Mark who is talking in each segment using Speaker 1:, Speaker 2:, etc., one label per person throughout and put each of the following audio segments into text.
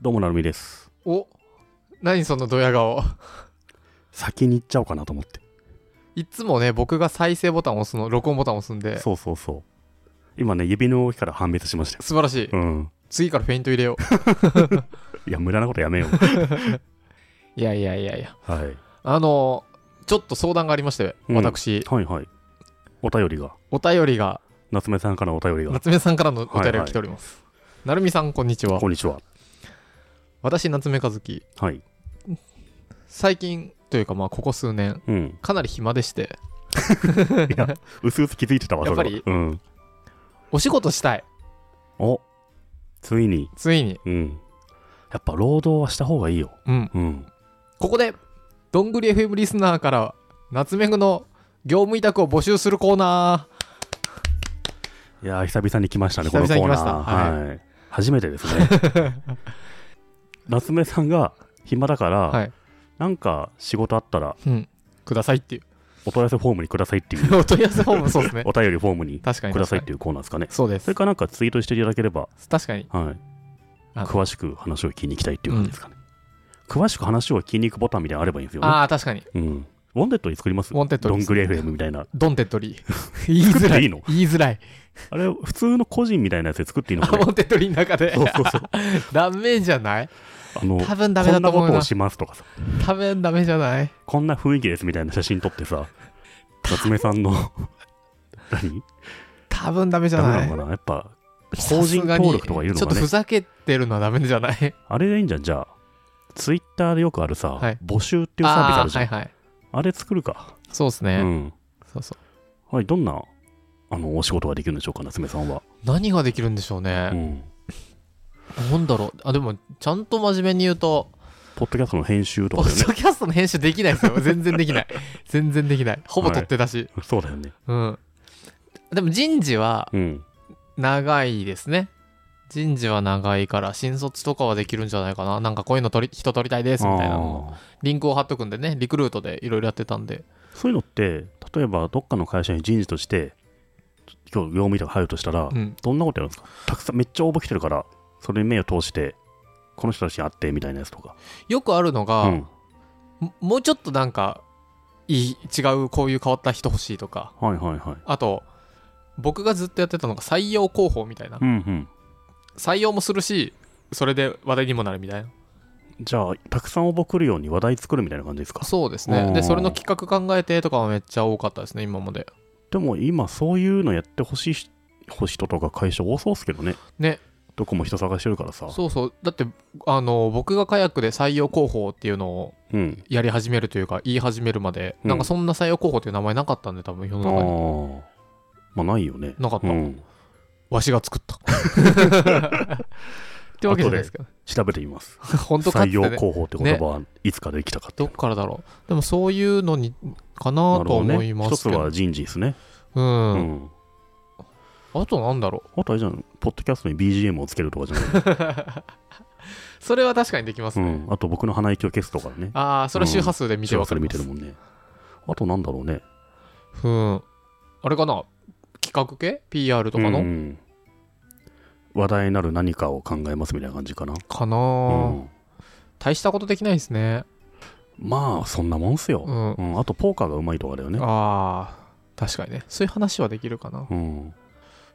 Speaker 1: どうもなるみです
Speaker 2: お何そのドヤ顔
Speaker 1: 先に行っちゃおうかなと思って
Speaker 2: いつもね僕が再生ボタンを押すの録音ボタンを押すんで
Speaker 1: そうそうそう今ね指の動きから判別しましたよ
Speaker 2: 素晴らしい、
Speaker 1: うん
Speaker 2: 次からフェイント入れよ
Speaker 1: いや無駄なことや めよう
Speaker 2: ういやいやいやいや
Speaker 1: はい
Speaker 2: あのちょっと相談がありまして
Speaker 1: うん
Speaker 2: 私、
Speaker 1: はいはいお便りが
Speaker 2: お便りが
Speaker 1: 夏目さんからお便りが
Speaker 2: 夏目さんからのお
Speaker 1: は
Speaker 2: 便
Speaker 1: い
Speaker 2: り
Speaker 1: は
Speaker 2: が
Speaker 1: い
Speaker 2: 来ております、なるみさんこんにちは
Speaker 1: こんにちは
Speaker 2: 私夏目和樹
Speaker 1: はい
Speaker 2: 最近というかまあここ数年
Speaker 1: うん
Speaker 2: かなり暇でして
Speaker 1: いやうすうす気づいてたわ
Speaker 2: やっぱり
Speaker 1: それはうん
Speaker 2: お仕事したい
Speaker 1: おついに
Speaker 2: ついに
Speaker 1: うんやっぱ労働はした方がいいよ
Speaker 2: うん
Speaker 1: うん
Speaker 2: ここでどんぐり FM リスナーから夏目ぐの業務委託を募集するコーナ
Speaker 1: いやー久々に来ましたね
Speaker 2: 久々に
Speaker 1: このコーナー
Speaker 2: 来ました
Speaker 1: はい、初めてですね 夏目さんが暇だから、
Speaker 2: ーはい、
Speaker 1: なんか仕事あったら
Speaker 2: うん、くださいっていう
Speaker 1: お問い合わせフォームにくださいっていう
Speaker 2: お問い合わせフォームそうですね。
Speaker 1: お便りフォームに
Speaker 2: 確かに。
Speaker 1: くださいっ
Speaker 2: 確
Speaker 1: ていうコーナーですかね
Speaker 2: かに。そうで
Speaker 1: そ
Speaker 2: す
Speaker 1: れ。かなんかツイートしていただければ、
Speaker 2: 確かに。
Speaker 1: はい、
Speaker 2: あの
Speaker 1: 詳しく話を聞きに行きたいっていう感じですかね、詳しく話を聞きに行くボタンみたいなのあればいいんですよね
Speaker 2: ああ、確かに。
Speaker 1: うんウォンデッドに作ります
Speaker 2: ウォンテッド
Speaker 1: ド
Speaker 2: リー
Speaker 1: ン
Speaker 2: です
Speaker 1: グレ FM みたいな
Speaker 2: ドンテッドリー。言いづら
Speaker 1: い
Speaker 2: い。
Speaker 1: いの
Speaker 2: 言いづらい。
Speaker 1: あれ普通の個人みたいなやつで作っていいの
Speaker 2: あ、
Speaker 1: かな
Speaker 2: モンテッドリーの中で
Speaker 1: そう。そうそう
Speaker 2: ダメじゃない
Speaker 1: あの
Speaker 2: 多分ダメ
Speaker 1: こ
Speaker 2: だ
Speaker 1: ん
Speaker 2: と
Speaker 1: なこ
Speaker 2: 思う
Speaker 1: とを
Speaker 2: な。
Speaker 1: しますとかさ
Speaker 2: 多分ダメじゃない
Speaker 1: こんな雰囲気ですみたいな写真撮ってさ夏目さんの何
Speaker 2: 多分ダメじゃ
Speaker 1: ダメ
Speaker 2: な
Speaker 1: ないのかなやっぱ
Speaker 2: さ
Speaker 1: 法
Speaker 2: す
Speaker 1: 人
Speaker 2: がに
Speaker 1: 登録とかいうの
Speaker 2: ちょっ
Speaker 1: が
Speaker 2: と
Speaker 1: ね
Speaker 2: ふざけてるのはダメじゃない
Speaker 1: あれでいいんじゃん、じゃあ。ツイッターでよくあるさ、
Speaker 2: はい
Speaker 1: 募集っていうサービスあ
Speaker 2: ああ
Speaker 1: るじゃ
Speaker 2: ー、
Speaker 1: ん。
Speaker 2: は
Speaker 1: あ,、
Speaker 2: いはい。
Speaker 1: れ作るか。
Speaker 2: そうです
Speaker 1: う
Speaker 2: ね。
Speaker 1: ん。
Speaker 2: そうそう。
Speaker 1: はい、どんな、あの、お仕事ができるんでしょうか、夏目さんは。
Speaker 2: 何ができるんでしょう
Speaker 1: う
Speaker 2: ね。
Speaker 1: ん。
Speaker 2: なんだろう。あ、でも、ちゃんと真面目に言うと、
Speaker 1: ポッドキャストの編集と
Speaker 2: ポ
Speaker 1: かだよ
Speaker 2: ッ
Speaker 1: ね。
Speaker 2: ドキャストの編集できないですよ。全然 できない。全然できない。ほぼ取ってたし。
Speaker 1: そうだよね。
Speaker 2: うん。でも人事は
Speaker 1: うん。
Speaker 2: 長いですね。人事は長いから、新卒とかはできるんじゃないかな。なんかこういうの取り、人取りたいですみたいなのを
Speaker 1: あー
Speaker 2: リンクを貼っとくんでね、リクルートでいろいろやってたんで。
Speaker 1: そういうのって、例えばどっかの会社に人事として、ちょ今日業務委託入るとしたら、
Speaker 2: うん。
Speaker 1: どんなことやるんですかたくさん、めっちゃ応募来てるから、それに目を通して、この人たちに会ってみたいなやつとか。
Speaker 2: よくあるのが、
Speaker 1: うん。
Speaker 2: ももうちょっとなんか、いい、違う、こういう変わった人欲しいとか、
Speaker 1: はいはいはい。
Speaker 2: あと、僕がずっとやってたのが採用広報みたいな
Speaker 1: う。んうん。
Speaker 2: 採用もするし、それで話題にもなるみたいな。
Speaker 1: じゃあ、たくさん応募来るように話題作るみたいな感じですか
Speaker 2: そうで
Speaker 1: う
Speaker 2: すね。
Speaker 1: ん
Speaker 2: で、それの企画考えてとかはめっちゃ多かったですね、今まで。
Speaker 1: でも今そういうのやってほしいしほしい人とか会社多そうっすけどね。
Speaker 2: ね。
Speaker 1: どこも人探してるからさ。
Speaker 2: そうそうだってあの僕がカヤックで採用広報っていうのを
Speaker 1: うん。
Speaker 2: やり始めるというか言い始めるまで、
Speaker 1: うん
Speaker 2: なんかそんな採用広報っていう名前なかったんで多分世
Speaker 1: あ
Speaker 2: の中に
Speaker 1: ーまあないよね。
Speaker 2: なかった、
Speaker 1: うん。
Speaker 2: わしが作った ってわけじゃないですけど
Speaker 1: 調べてみます。
Speaker 2: 本当かっ
Speaker 1: 採
Speaker 2: て、
Speaker 1: 用
Speaker 2: ね、
Speaker 1: 候補って言葉はいつからできたかって
Speaker 2: ど
Speaker 1: いう。
Speaker 2: っからだろうでもそういうのにかな
Speaker 1: なる
Speaker 2: と
Speaker 1: ほど
Speaker 2: 思
Speaker 1: ね。
Speaker 2: いま
Speaker 1: 一つ
Speaker 2: すけど
Speaker 1: は人事ですね。
Speaker 2: うん
Speaker 1: う、ん。
Speaker 2: あとなんだろう
Speaker 1: あ とあれじゃん、ポッドキャストに BGM をつけるとかじゃない。
Speaker 2: それは確かにできます
Speaker 1: う
Speaker 2: ね、
Speaker 1: ん。あと僕の鼻息を消すとかね。
Speaker 2: ああそれは周波数で見て
Speaker 1: 一
Speaker 2: わ
Speaker 1: 応
Speaker 2: か
Speaker 1: そ
Speaker 2: り
Speaker 1: れ見
Speaker 2: ま
Speaker 1: て
Speaker 2: す
Speaker 1: るもんね。あとなんだろうね。
Speaker 2: うんあれかな企画系 ?PR とかの、
Speaker 1: うん話題になる何かを考えますみたいな感じかな。
Speaker 2: かな
Speaker 1: う
Speaker 2: ー、
Speaker 1: ん。
Speaker 2: 大したことできないですね。
Speaker 1: まあそんなもんっすよ、
Speaker 2: う
Speaker 1: うん
Speaker 2: ん。
Speaker 1: あとポーカーがうまいとかだよね
Speaker 2: ああ、確かにね。そういう話はできるかな。
Speaker 1: うん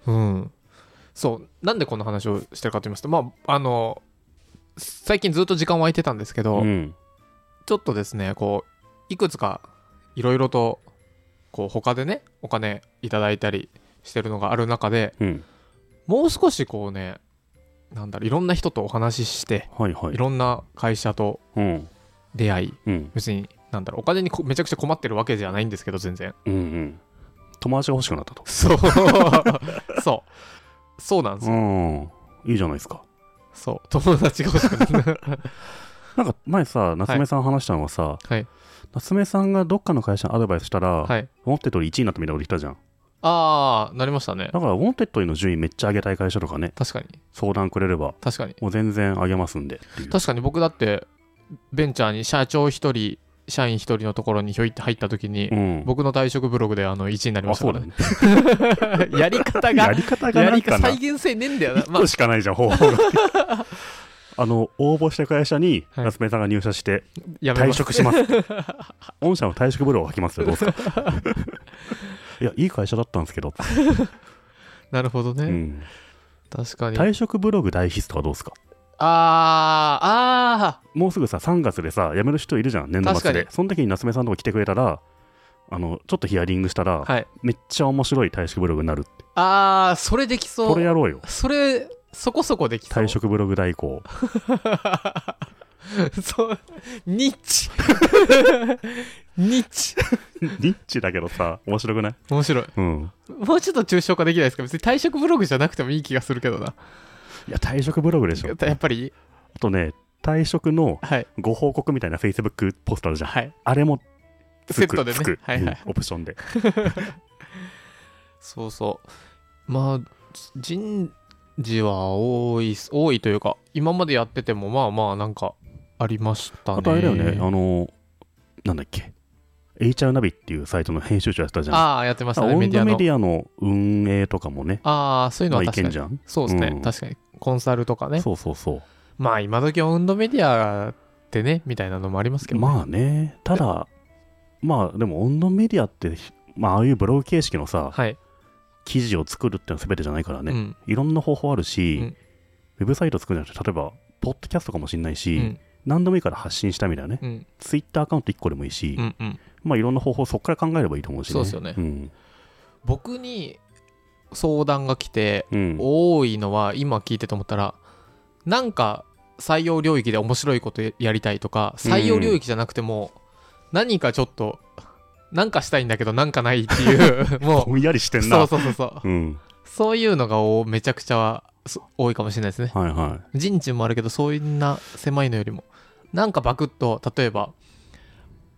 Speaker 2: うん。そう。なんでこんな話をしてるかと言いますと、まあ、あの、最近ずっと時間は空いてたんですけど、
Speaker 1: うん
Speaker 2: ちょっとですね、こう、いくつか、いろいろと、こう、他でね、お金いただいたりしてるのがある中で、
Speaker 1: うん
Speaker 2: もう少しこうね、なんだろう、いろんな人とお話しして、
Speaker 1: はいはい
Speaker 2: いろんな会社と
Speaker 1: うん
Speaker 2: 出会い、
Speaker 1: うん
Speaker 2: 別に、なんだろう、お金にこめちゃくちゃ困ってるわけじゃないんですけど、全然。
Speaker 1: うんうん友達が欲しくなったと
Speaker 2: そう。 そう。そうなんですよ。
Speaker 1: うんいいじゃないですか
Speaker 2: そう。友達が欲しくなる。
Speaker 1: なんか前さ夏目さん話したのはさ、
Speaker 2: はい
Speaker 1: 夏目さんがどっかの会社にアドバイスしたら、
Speaker 2: はい。
Speaker 1: ウォンテッドリー1位になったみたいなこと言ったじゃん
Speaker 2: ああ、なりましたね。
Speaker 1: だからウォンテッドリーの順位めっちゃ上げたい会社とかね
Speaker 2: 確かに。
Speaker 1: 相談くれれば
Speaker 2: 確かに。
Speaker 1: もう全然上げますんでっていう
Speaker 2: 確かに僕だって、ベンチャーに社長一人、社員一人のところにひょいって入った時に、
Speaker 1: うん
Speaker 2: 僕の退職ブログであの1位になりま
Speaker 1: あ
Speaker 2: した
Speaker 1: そ
Speaker 2: か
Speaker 1: うだ
Speaker 2: ら
Speaker 1: よ
Speaker 2: ね。
Speaker 1: ね
Speaker 2: やり方
Speaker 1: や
Speaker 2: が、
Speaker 1: り方が
Speaker 2: や
Speaker 1: なん
Speaker 2: り
Speaker 1: か
Speaker 2: 方、
Speaker 1: な
Speaker 2: 再
Speaker 1: 1
Speaker 2: 現性ねえんだよな。まあ
Speaker 1: 個、しかないじゃん方法があの応募した会社に
Speaker 2: はい
Speaker 1: 夏目さんが入社して
Speaker 2: やめ
Speaker 1: 退
Speaker 2: ます
Speaker 1: 職します。御社の退職ブローを書きますよ、どうですか。いや、いい会社だったんですけど、
Speaker 2: なるほどね、
Speaker 1: うん、
Speaker 2: 確かにあー
Speaker 1: 退職ブログ大ヒストはどうですか
Speaker 2: あ
Speaker 1: もうすぐさ、3月でさ、辞める人いるじゃん、年度末
Speaker 2: 確か
Speaker 1: で。その時に夏目さんのとこ来てくれたら、あのちょっとヒアリングしたら、
Speaker 2: ーはい
Speaker 1: めっちゃ面白い退職ブログになるって。
Speaker 2: あーそれできそう
Speaker 1: これやろうよ。
Speaker 2: それそこそこできそう
Speaker 1: 退職ブログ代 行。
Speaker 2: そうニッチ ニッチ
Speaker 1: ニッチだけどさ、面白くない
Speaker 2: 面白い
Speaker 1: うん。
Speaker 2: もうちょっと抽象化できないですか別に退職ブログじゃなくてもいい気がするけどない
Speaker 1: や、退職ブログでしょ。
Speaker 2: やっぱり
Speaker 1: あとね、退職の
Speaker 2: はい
Speaker 1: ご報告みたいな Facebook ポストあるじゃん。
Speaker 2: はい
Speaker 1: あれもつく
Speaker 2: セットでね
Speaker 1: つく
Speaker 2: はいはい
Speaker 1: うんオプションで。
Speaker 2: そうそうまあ人事は多いっす多いというか今までやっててもまあまあなんかありましたね
Speaker 1: あとあれだよね、あの、なんだっけ、HR ナビっていうサイトの編集長やってたじゃん。
Speaker 2: ああやってました
Speaker 1: オウ
Speaker 2: ね
Speaker 1: ン
Speaker 2: メディ
Speaker 1: ド
Speaker 2: ア
Speaker 1: メ
Speaker 2: の
Speaker 1: ディアの運営とかもね、
Speaker 2: ああそういうの
Speaker 1: まあ
Speaker 2: はい確
Speaker 1: け
Speaker 2: か
Speaker 1: ん
Speaker 2: に
Speaker 1: じゃん。
Speaker 2: そうですね、
Speaker 1: うん
Speaker 2: 確かにコンサルとかね
Speaker 1: そうそうそ
Speaker 2: まあ今時オウンドメディアってねみたいなのもありますけ
Speaker 1: う。
Speaker 2: ど、ね、
Speaker 1: まあね、ただ、まあでも、オウンドメディアって、まあああいうブログ形式のさ、
Speaker 2: はい、
Speaker 1: 記事を作るってのは全てじゃないからね、
Speaker 2: うん
Speaker 1: いろんな方法あるし、
Speaker 2: うん
Speaker 1: ウェブサイト作るんじゃなくて、例えば、ポッドキャストかもしれないうし、
Speaker 2: ん
Speaker 1: 何でもいいから発信したみたいなね、
Speaker 2: うん
Speaker 1: ツイッターアカウント1個でもいいし、
Speaker 2: うんうん
Speaker 1: まあいろんな方法、そこから考えればいいと思うしね。
Speaker 2: そうですよね
Speaker 1: ん
Speaker 2: 僕に相談が来て
Speaker 1: うん
Speaker 2: 多いのは今聞いてと思ったらなんか採用領域で面白いことやりたいとか採用領域じゃなくても何かちょっとなんかしたいんだけどなんかないって いうも
Speaker 1: ぼんやりして
Speaker 2: うんそう
Speaker 1: な。
Speaker 2: そうそうそう
Speaker 1: うん。
Speaker 2: そういうのがおめちゃくちゃそ多いかもしれないですね
Speaker 1: はいは
Speaker 2: 人事もあるけどそういうな狭いのよりもなんかバクッと例えば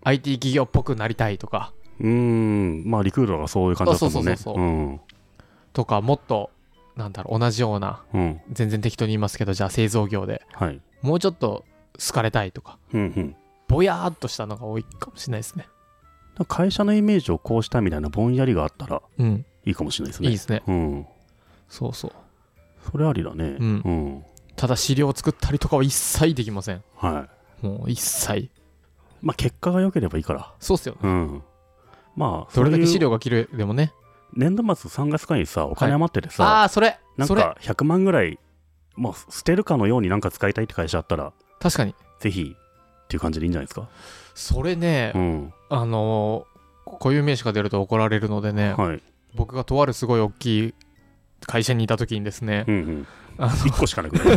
Speaker 2: IT 企業っぽくなりたいとか
Speaker 1: い。うーん。まあリクルートがそういう感じだったもんね。
Speaker 2: そうそうそう
Speaker 1: う
Speaker 2: そ
Speaker 1: ん。
Speaker 2: とかもっとなんだろう同じような
Speaker 1: うん。
Speaker 2: 全然適当に言いますけどじゃあ製造業で
Speaker 1: はい。
Speaker 2: もうちょっと好かれたいとか
Speaker 1: うんうん。
Speaker 2: ぼやーっとしたのが多いかもしれないですね
Speaker 1: なんか会社のイメージをこうしたみたいなぼんやりがあったら
Speaker 2: うん
Speaker 1: いいかもしれないです
Speaker 2: いい
Speaker 1: ね。
Speaker 2: ですね
Speaker 1: うん。
Speaker 2: そうそう
Speaker 1: それありだね。
Speaker 2: うん
Speaker 1: うん。
Speaker 2: ただ資料を作ったりとかは一切できません
Speaker 1: はい。
Speaker 2: もう一切
Speaker 1: まあ結果が良ければいいから。
Speaker 2: そうっすよね
Speaker 1: うん。まあ、
Speaker 2: どれだ
Speaker 1: そうい
Speaker 2: け
Speaker 1: う
Speaker 2: 資料が切れでもね
Speaker 1: 年度末3月間にさ、お金余っててさ、
Speaker 2: ああーそれ
Speaker 1: なん
Speaker 2: それ
Speaker 1: か100万ぐらい、まあ、捨てるかのようになんか使いたいって会社あったら、
Speaker 2: 確かに
Speaker 1: ぜひっていう感じでいいんじゃないですか。
Speaker 2: それね、
Speaker 1: うん。
Speaker 2: あのー固有名詞が出ると怒られるのでね、
Speaker 1: はい。
Speaker 2: 僕がとあるすごい大きい会社にいた時にですね、
Speaker 1: うんうん。
Speaker 2: あの
Speaker 1: 1個しかな くない。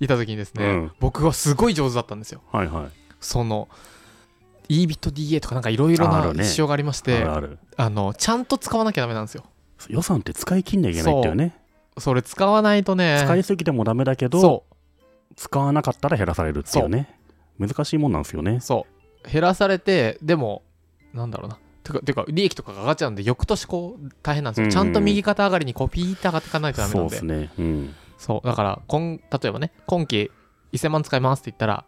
Speaker 2: いた時にですね、
Speaker 1: うん
Speaker 2: 僕はすごい上手だったんですよ
Speaker 1: はいはい。
Speaker 2: その EBITDA とかなんかいろいろ
Speaker 1: あ
Speaker 2: な
Speaker 1: るね
Speaker 2: 事象がありましてあ、
Speaker 1: あるある。
Speaker 2: のちゃんと使わなきゃダメなんですよ
Speaker 1: 予算って使い切んなきゃいけないっていうね。
Speaker 2: それ使わないとね
Speaker 1: 使いすぎてもダメだけど、
Speaker 2: そ
Speaker 1: 使わなかったら減らされるっていうね。難しいもんなんですよね
Speaker 2: う。そう減らされてでもなんだろうなてかてか利益とかが上がっちゃうんで翌年こう大変なんですよ、
Speaker 1: うんうん
Speaker 2: ちゃんと右肩上がりにこうピーって上がっていかないとダメな
Speaker 1: そ
Speaker 2: ん
Speaker 1: う
Speaker 2: で
Speaker 1: ですね。うん。
Speaker 2: そう、だから、今、例えばね、今期1000万使いますって言ったら、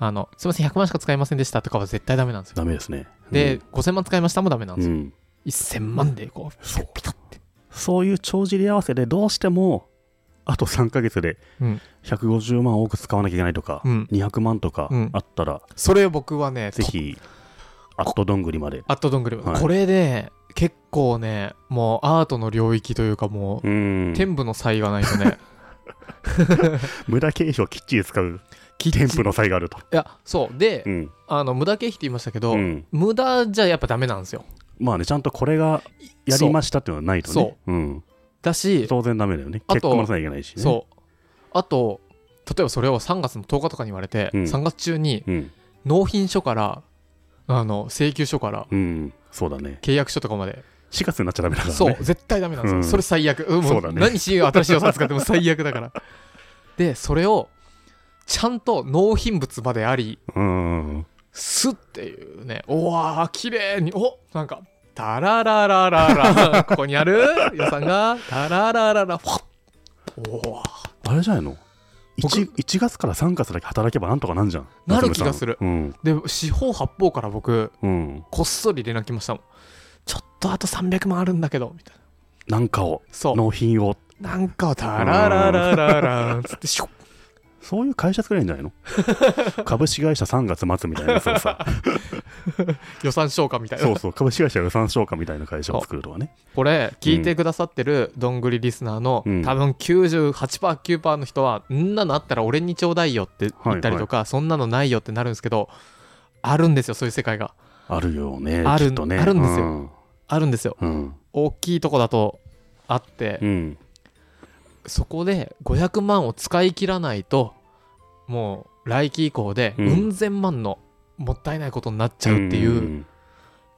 Speaker 2: あの、すいません、100万しか使いませんでしたとかは絶対ダメなんですよ。
Speaker 1: ダメですね。
Speaker 2: で、5000万使いましたもダメなん
Speaker 1: う
Speaker 2: で
Speaker 1: ん、
Speaker 2: す
Speaker 1: う
Speaker 2: よ。
Speaker 1: ん。
Speaker 2: 1000万でこう、ピタッピタッって。
Speaker 1: そういう帳尻合わせでどうしても、あと3ヶ月で
Speaker 2: うん
Speaker 1: 150万多く使わなきゃいけないとか、
Speaker 2: うん
Speaker 1: 200万とか
Speaker 2: うん
Speaker 1: あったら、
Speaker 2: それを僕はね、
Speaker 1: ぜひ、アットどんぐりまで。
Speaker 2: アットドングル、
Speaker 1: はい
Speaker 2: これで、結構ね、もうアートの領域というか、もう、
Speaker 1: うん。
Speaker 2: 天賦の才がないと ね、
Speaker 1: 無駄経費をきっちり使う
Speaker 2: きっちり
Speaker 1: 添付の差異があると。
Speaker 2: いや、そう。で、
Speaker 1: うん。
Speaker 2: あの、無駄経費って言いましたけど、
Speaker 1: うん
Speaker 2: 無駄じゃやっぱダメなんですよ。
Speaker 1: まあね、ちゃんとこれがやりましたっていうのはないとね。。
Speaker 2: そう
Speaker 1: ん。
Speaker 2: だし、
Speaker 1: 当然ダメだよね。
Speaker 2: あと
Speaker 1: 結婚もさなきゃいけないしね。
Speaker 2: そう。あと、例えばそれを3月の10日とかに言われて、
Speaker 1: うん
Speaker 2: 3月中に
Speaker 1: う。ん。
Speaker 2: 納品書から、あの、請求書から、
Speaker 1: うん。そうだね。
Speaker 2: 契約書とかまで、
Speaker 1: 4月になっちゃダメだからね。
Speaker 2: そう、絶対ダメなんですよ。
Speaker 1: うん
Speaker 2: それ最悪。うん、も
Speaker 1: そううだね
Speaker 2: 何しよう、新しい予算使っても最悪だから。 で、それを、ちゃんと納品物まであり、
Speaker 1: うん。
Speaker 2: すっていうね、おわー、綺麗に、おなんか、タララララ ラ、ここにある予算が、タララララ、ファッおわー
Speaker 1: あれじゃないの
Speaker 2: 僕
Speaker 1: 1, 1月から3月だけ働けばなんとかなんじゃん。
Speaker 2: なる
Speaker 1: 夏目さん
Speaker 2: 気がする
Speaker 1: うん。
Speaker 2: で、四方八方から僕、
Speaker 1: うん。
Speaker 2: こっそり連絡来ましたもん。ちょっとあと300万あるんだけど、みたいな。
Speaker 1: なんかを、
Speaker 2: そう。
Speaker 1: 納品を。
Speaker 2: なんか、タラララララーンつって、シュッ
Speaker 1: そういう会社作れるんじゃない の株式会社3月末みたいなやつをさ、
Speaker 2: 予算消化みたいな
Speaker 1: そうそう、株式会社予算消化みたいな会社を作るとかね。
Speaker 2: これ聞いてくださってるどんぐりリスナーの、
Speaker 1: うん
Speaker 2: 多分 98%9% の人は「んなのあったら俺にちょうだいよ」って言ったりとか、そんなのないよってなるんですけどあるんですよそういう世界が
Speaker 1: あるよね、
Speaker 2: ある
Speaker 1: きっとね。
Speaker 2: あるんですよあるんですよ
Speaker 1: うん。うん。
Speaker 2: 大きいとこだとあって、
Speaker 1: うん。
Speaker 2: そこで500万を使い切らないともう来期以降で
Speaker 1: うん
Speaker 2: うん千万のもったいないことになっちゃうっていう、
Speaker 1: ん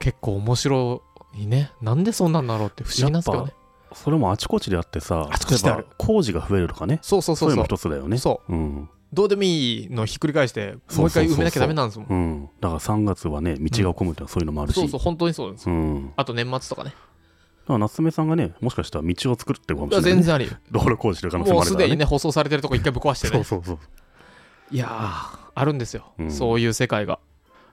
Speaker 2: 結構面白いねなんでそうなんだろうって不思議なんですけどね
Speaker 1: それもあちこちであってさ、
Speaker 2: あちこちである
Speaker 1: 例えば工事が増えるとかね。
Speaker 2: そうそう
Speaker 1: そ
Speaker 2: そうう
Speaker 1: いう
Speaker 2: そ
Speaker 1: の
Speaker 2: う
Speaker 1: も一つだよね。
Speaker 2: そう
Speaker 1: うん。
Speaker 2: どうでもいいのひっくり返して
Speaker 1: そ
Speaker 2: もう
Speaker 1: う
Speaker 2: 一
Speaker 1: そうそうそう
Speaker 2: 回埋めなきゃダメなんですもん
Speaker 1: うん。だから3月はね、道が混むっていうのはそういうのもあるし。
Speaker 2: そうそう本当にそうです
Speaker 1: うん。だか
Speaker 2: あと年末とかね
Speaker 1: ら夏目さんがね、もしかしたら道を作るってるかも
Speaker 2: い
Speaker 1: し
Speaker 2: や
Speaker 1: れないね、
Speaker 2: 全然あり
Speaker 1: 道路工事してる可能性
Speaker 2: も
Speaker 1: も
Speaker 2: う
Speaker 1: ある
Speaker 2: す
Speaker 1: から
Speaker 2: でに
Speaker 1: ね。
Speaker 2: ね放送されてるとこ一回ぶっ壊して
Speaker 1: そう
Speaker 2: ね
Speaker 1: そうそう。
Speaker 2: いやーあるんですよ
Speaker 1: うん
Speaker 2: そういう世界が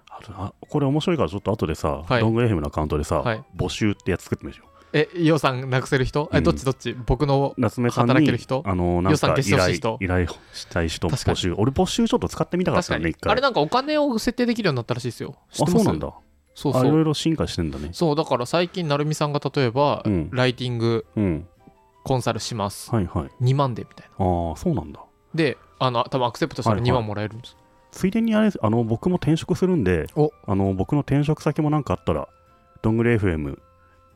Speaker 1: あるなこれ面白いからちょっと後でさ、
Speaker 2: はい
Speaker 1: ドングレフムのアカウントでさ、
Speaker 2: はい
Speaker 1: 募集ってやつ作ってみましょう。
Speaker 2: え予算なくせる人え
Speaker 1: うん
Speaker 2: どっちどっち僕の
Speaker 1: 夏目さんに
Speaker 2: 働ける人
Speaker 1: あのなん
Speaker 2: 予算
Speaker 1: か
Speaker 2: 消
Speaker 1: 依
Speaker 2: してほし
Speaker 1: 頼
Speaker 2: い人
Speaker 1: 依頼したい人
Speaker 2: 確か
Speaker 1: 募
Speaker 2: に
Speaker 1: 集。俺募集ちょっと使ってみたかっ
Speaker 2: 確
Speaker 1: た
Speaker 2: か
Speaker 1: んで
Speaker 2: に
Speaker 1: 一回。
Speaker 2: あれなんかお金を設定できるようになったらしいですよ知っ
Speaker 1: あ
Speaker 2: て
Speaker 1: そ
Speaker 2: ま
Speaker 1: う
Speaker 2: す
Speaker 1: なんだ。
Speaker 2: そう
Speaker 1: あい
Speaker 2: そ
Speaker 1: ろ
Speaker 2: う
Speaker 1: いろ進化してんだね。
Speaker 2: そうだから最近成美さんが例えば
Speaker 1: うん
Speaker 2: ライティング
Speaker 1: うん。
Speaker 2: コンサルします
Speaker 1: はいはい。
Speaker 2: 2万でみたいな
Speaker 1: ああそうなんだ。
Speaker 2: であの多分アクセプトしたら
Speaker 1: はいはい
Speaker 2: 2万もらえるんです
Speaker 1: ついでにあれあの僕も転職するんで
Speaker 2: お、
Speaker 1: あの僕の転職先もなんかあったらドングレ FM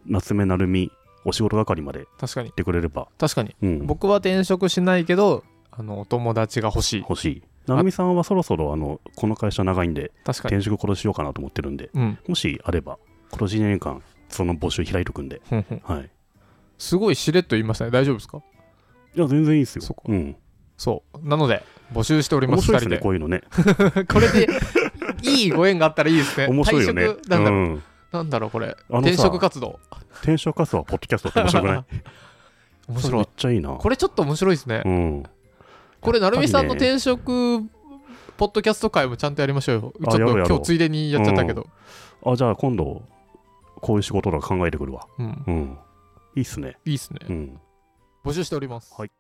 Speaker 1: 夏目なるみお仕事係まで行
Speaker 2: 確かに
Speaker 1: ってくれれば、
Speaker 2: 確かに
Speaker 1: うん、
Speaker 2: 僕は転職しないけどあのお友達が欲しい
Speaker 1: 欲しい。なるみさんはそろそろあのこの会社長いんで
Speaker 2: 確かに
Speaker 1: 転職殺しようかなと思ってるんで、
Speaker 2: うん
Speaker 1: もしあれば、今年2年間、その募集開いとくんで、
Speaker 2: ふんふん
Speaker 1: はい。
Speaker 2: すごいしれっと言いましたね大丈夫ですか
Speaker 1: いや、全然いいですよ。
Speaker 2: そっか
Speaker 1: うん。
Speaker 2: そうなので募集しておりま
Speaker 1: 面
Speaker 2: す
Speaker 1: 白
Speaker 2: 2
Speaker 1: いですね、
Speaker 2: 人で
Speaker 1: こういうのね。
Speaker 2: これでいいご縁があったらいいですね
Speaker 1: 面白いよね。
Speaker 2: 退職なんだろう
Speaker 1: うん、
Speaker 2: なんだろうこれ
Speaker 1: のさ
Speaker 2: 転職活動
Speaker 1: 転職活動はポッドキャストって面 白くないそれ
Speaker 2: 面白
Speaker 1: め
Speaker 2: い
Speaker 1: っちゃいいな。
Speaker 2: これちょっと面白いですね
Speaker 1: うん。
Speaker 2: これ成美さんの
Speaker 1: やっぱり
Speaker 2: 転職ポッドキャスト会もちゃんとやりましょうよ
Speaker 1: あ
Speaker 2: ちょ
Speaker 1: や
Speaker 2: っ
Speaker 1: ろう
Speaker 2: と
Speaker 1: やろう
Speaker 2: 今日ついでにやっちゃったけど
Speaker 1: あ、じゃあ今度、こういう仕事とか考えてくるわ。
Speaker 2: うん
Speaker 1: うん。いいっすね。
Speaker 2: いいですね
Speaker 1: うん。
Speaker 2: 募集しております
Speaker 1: はい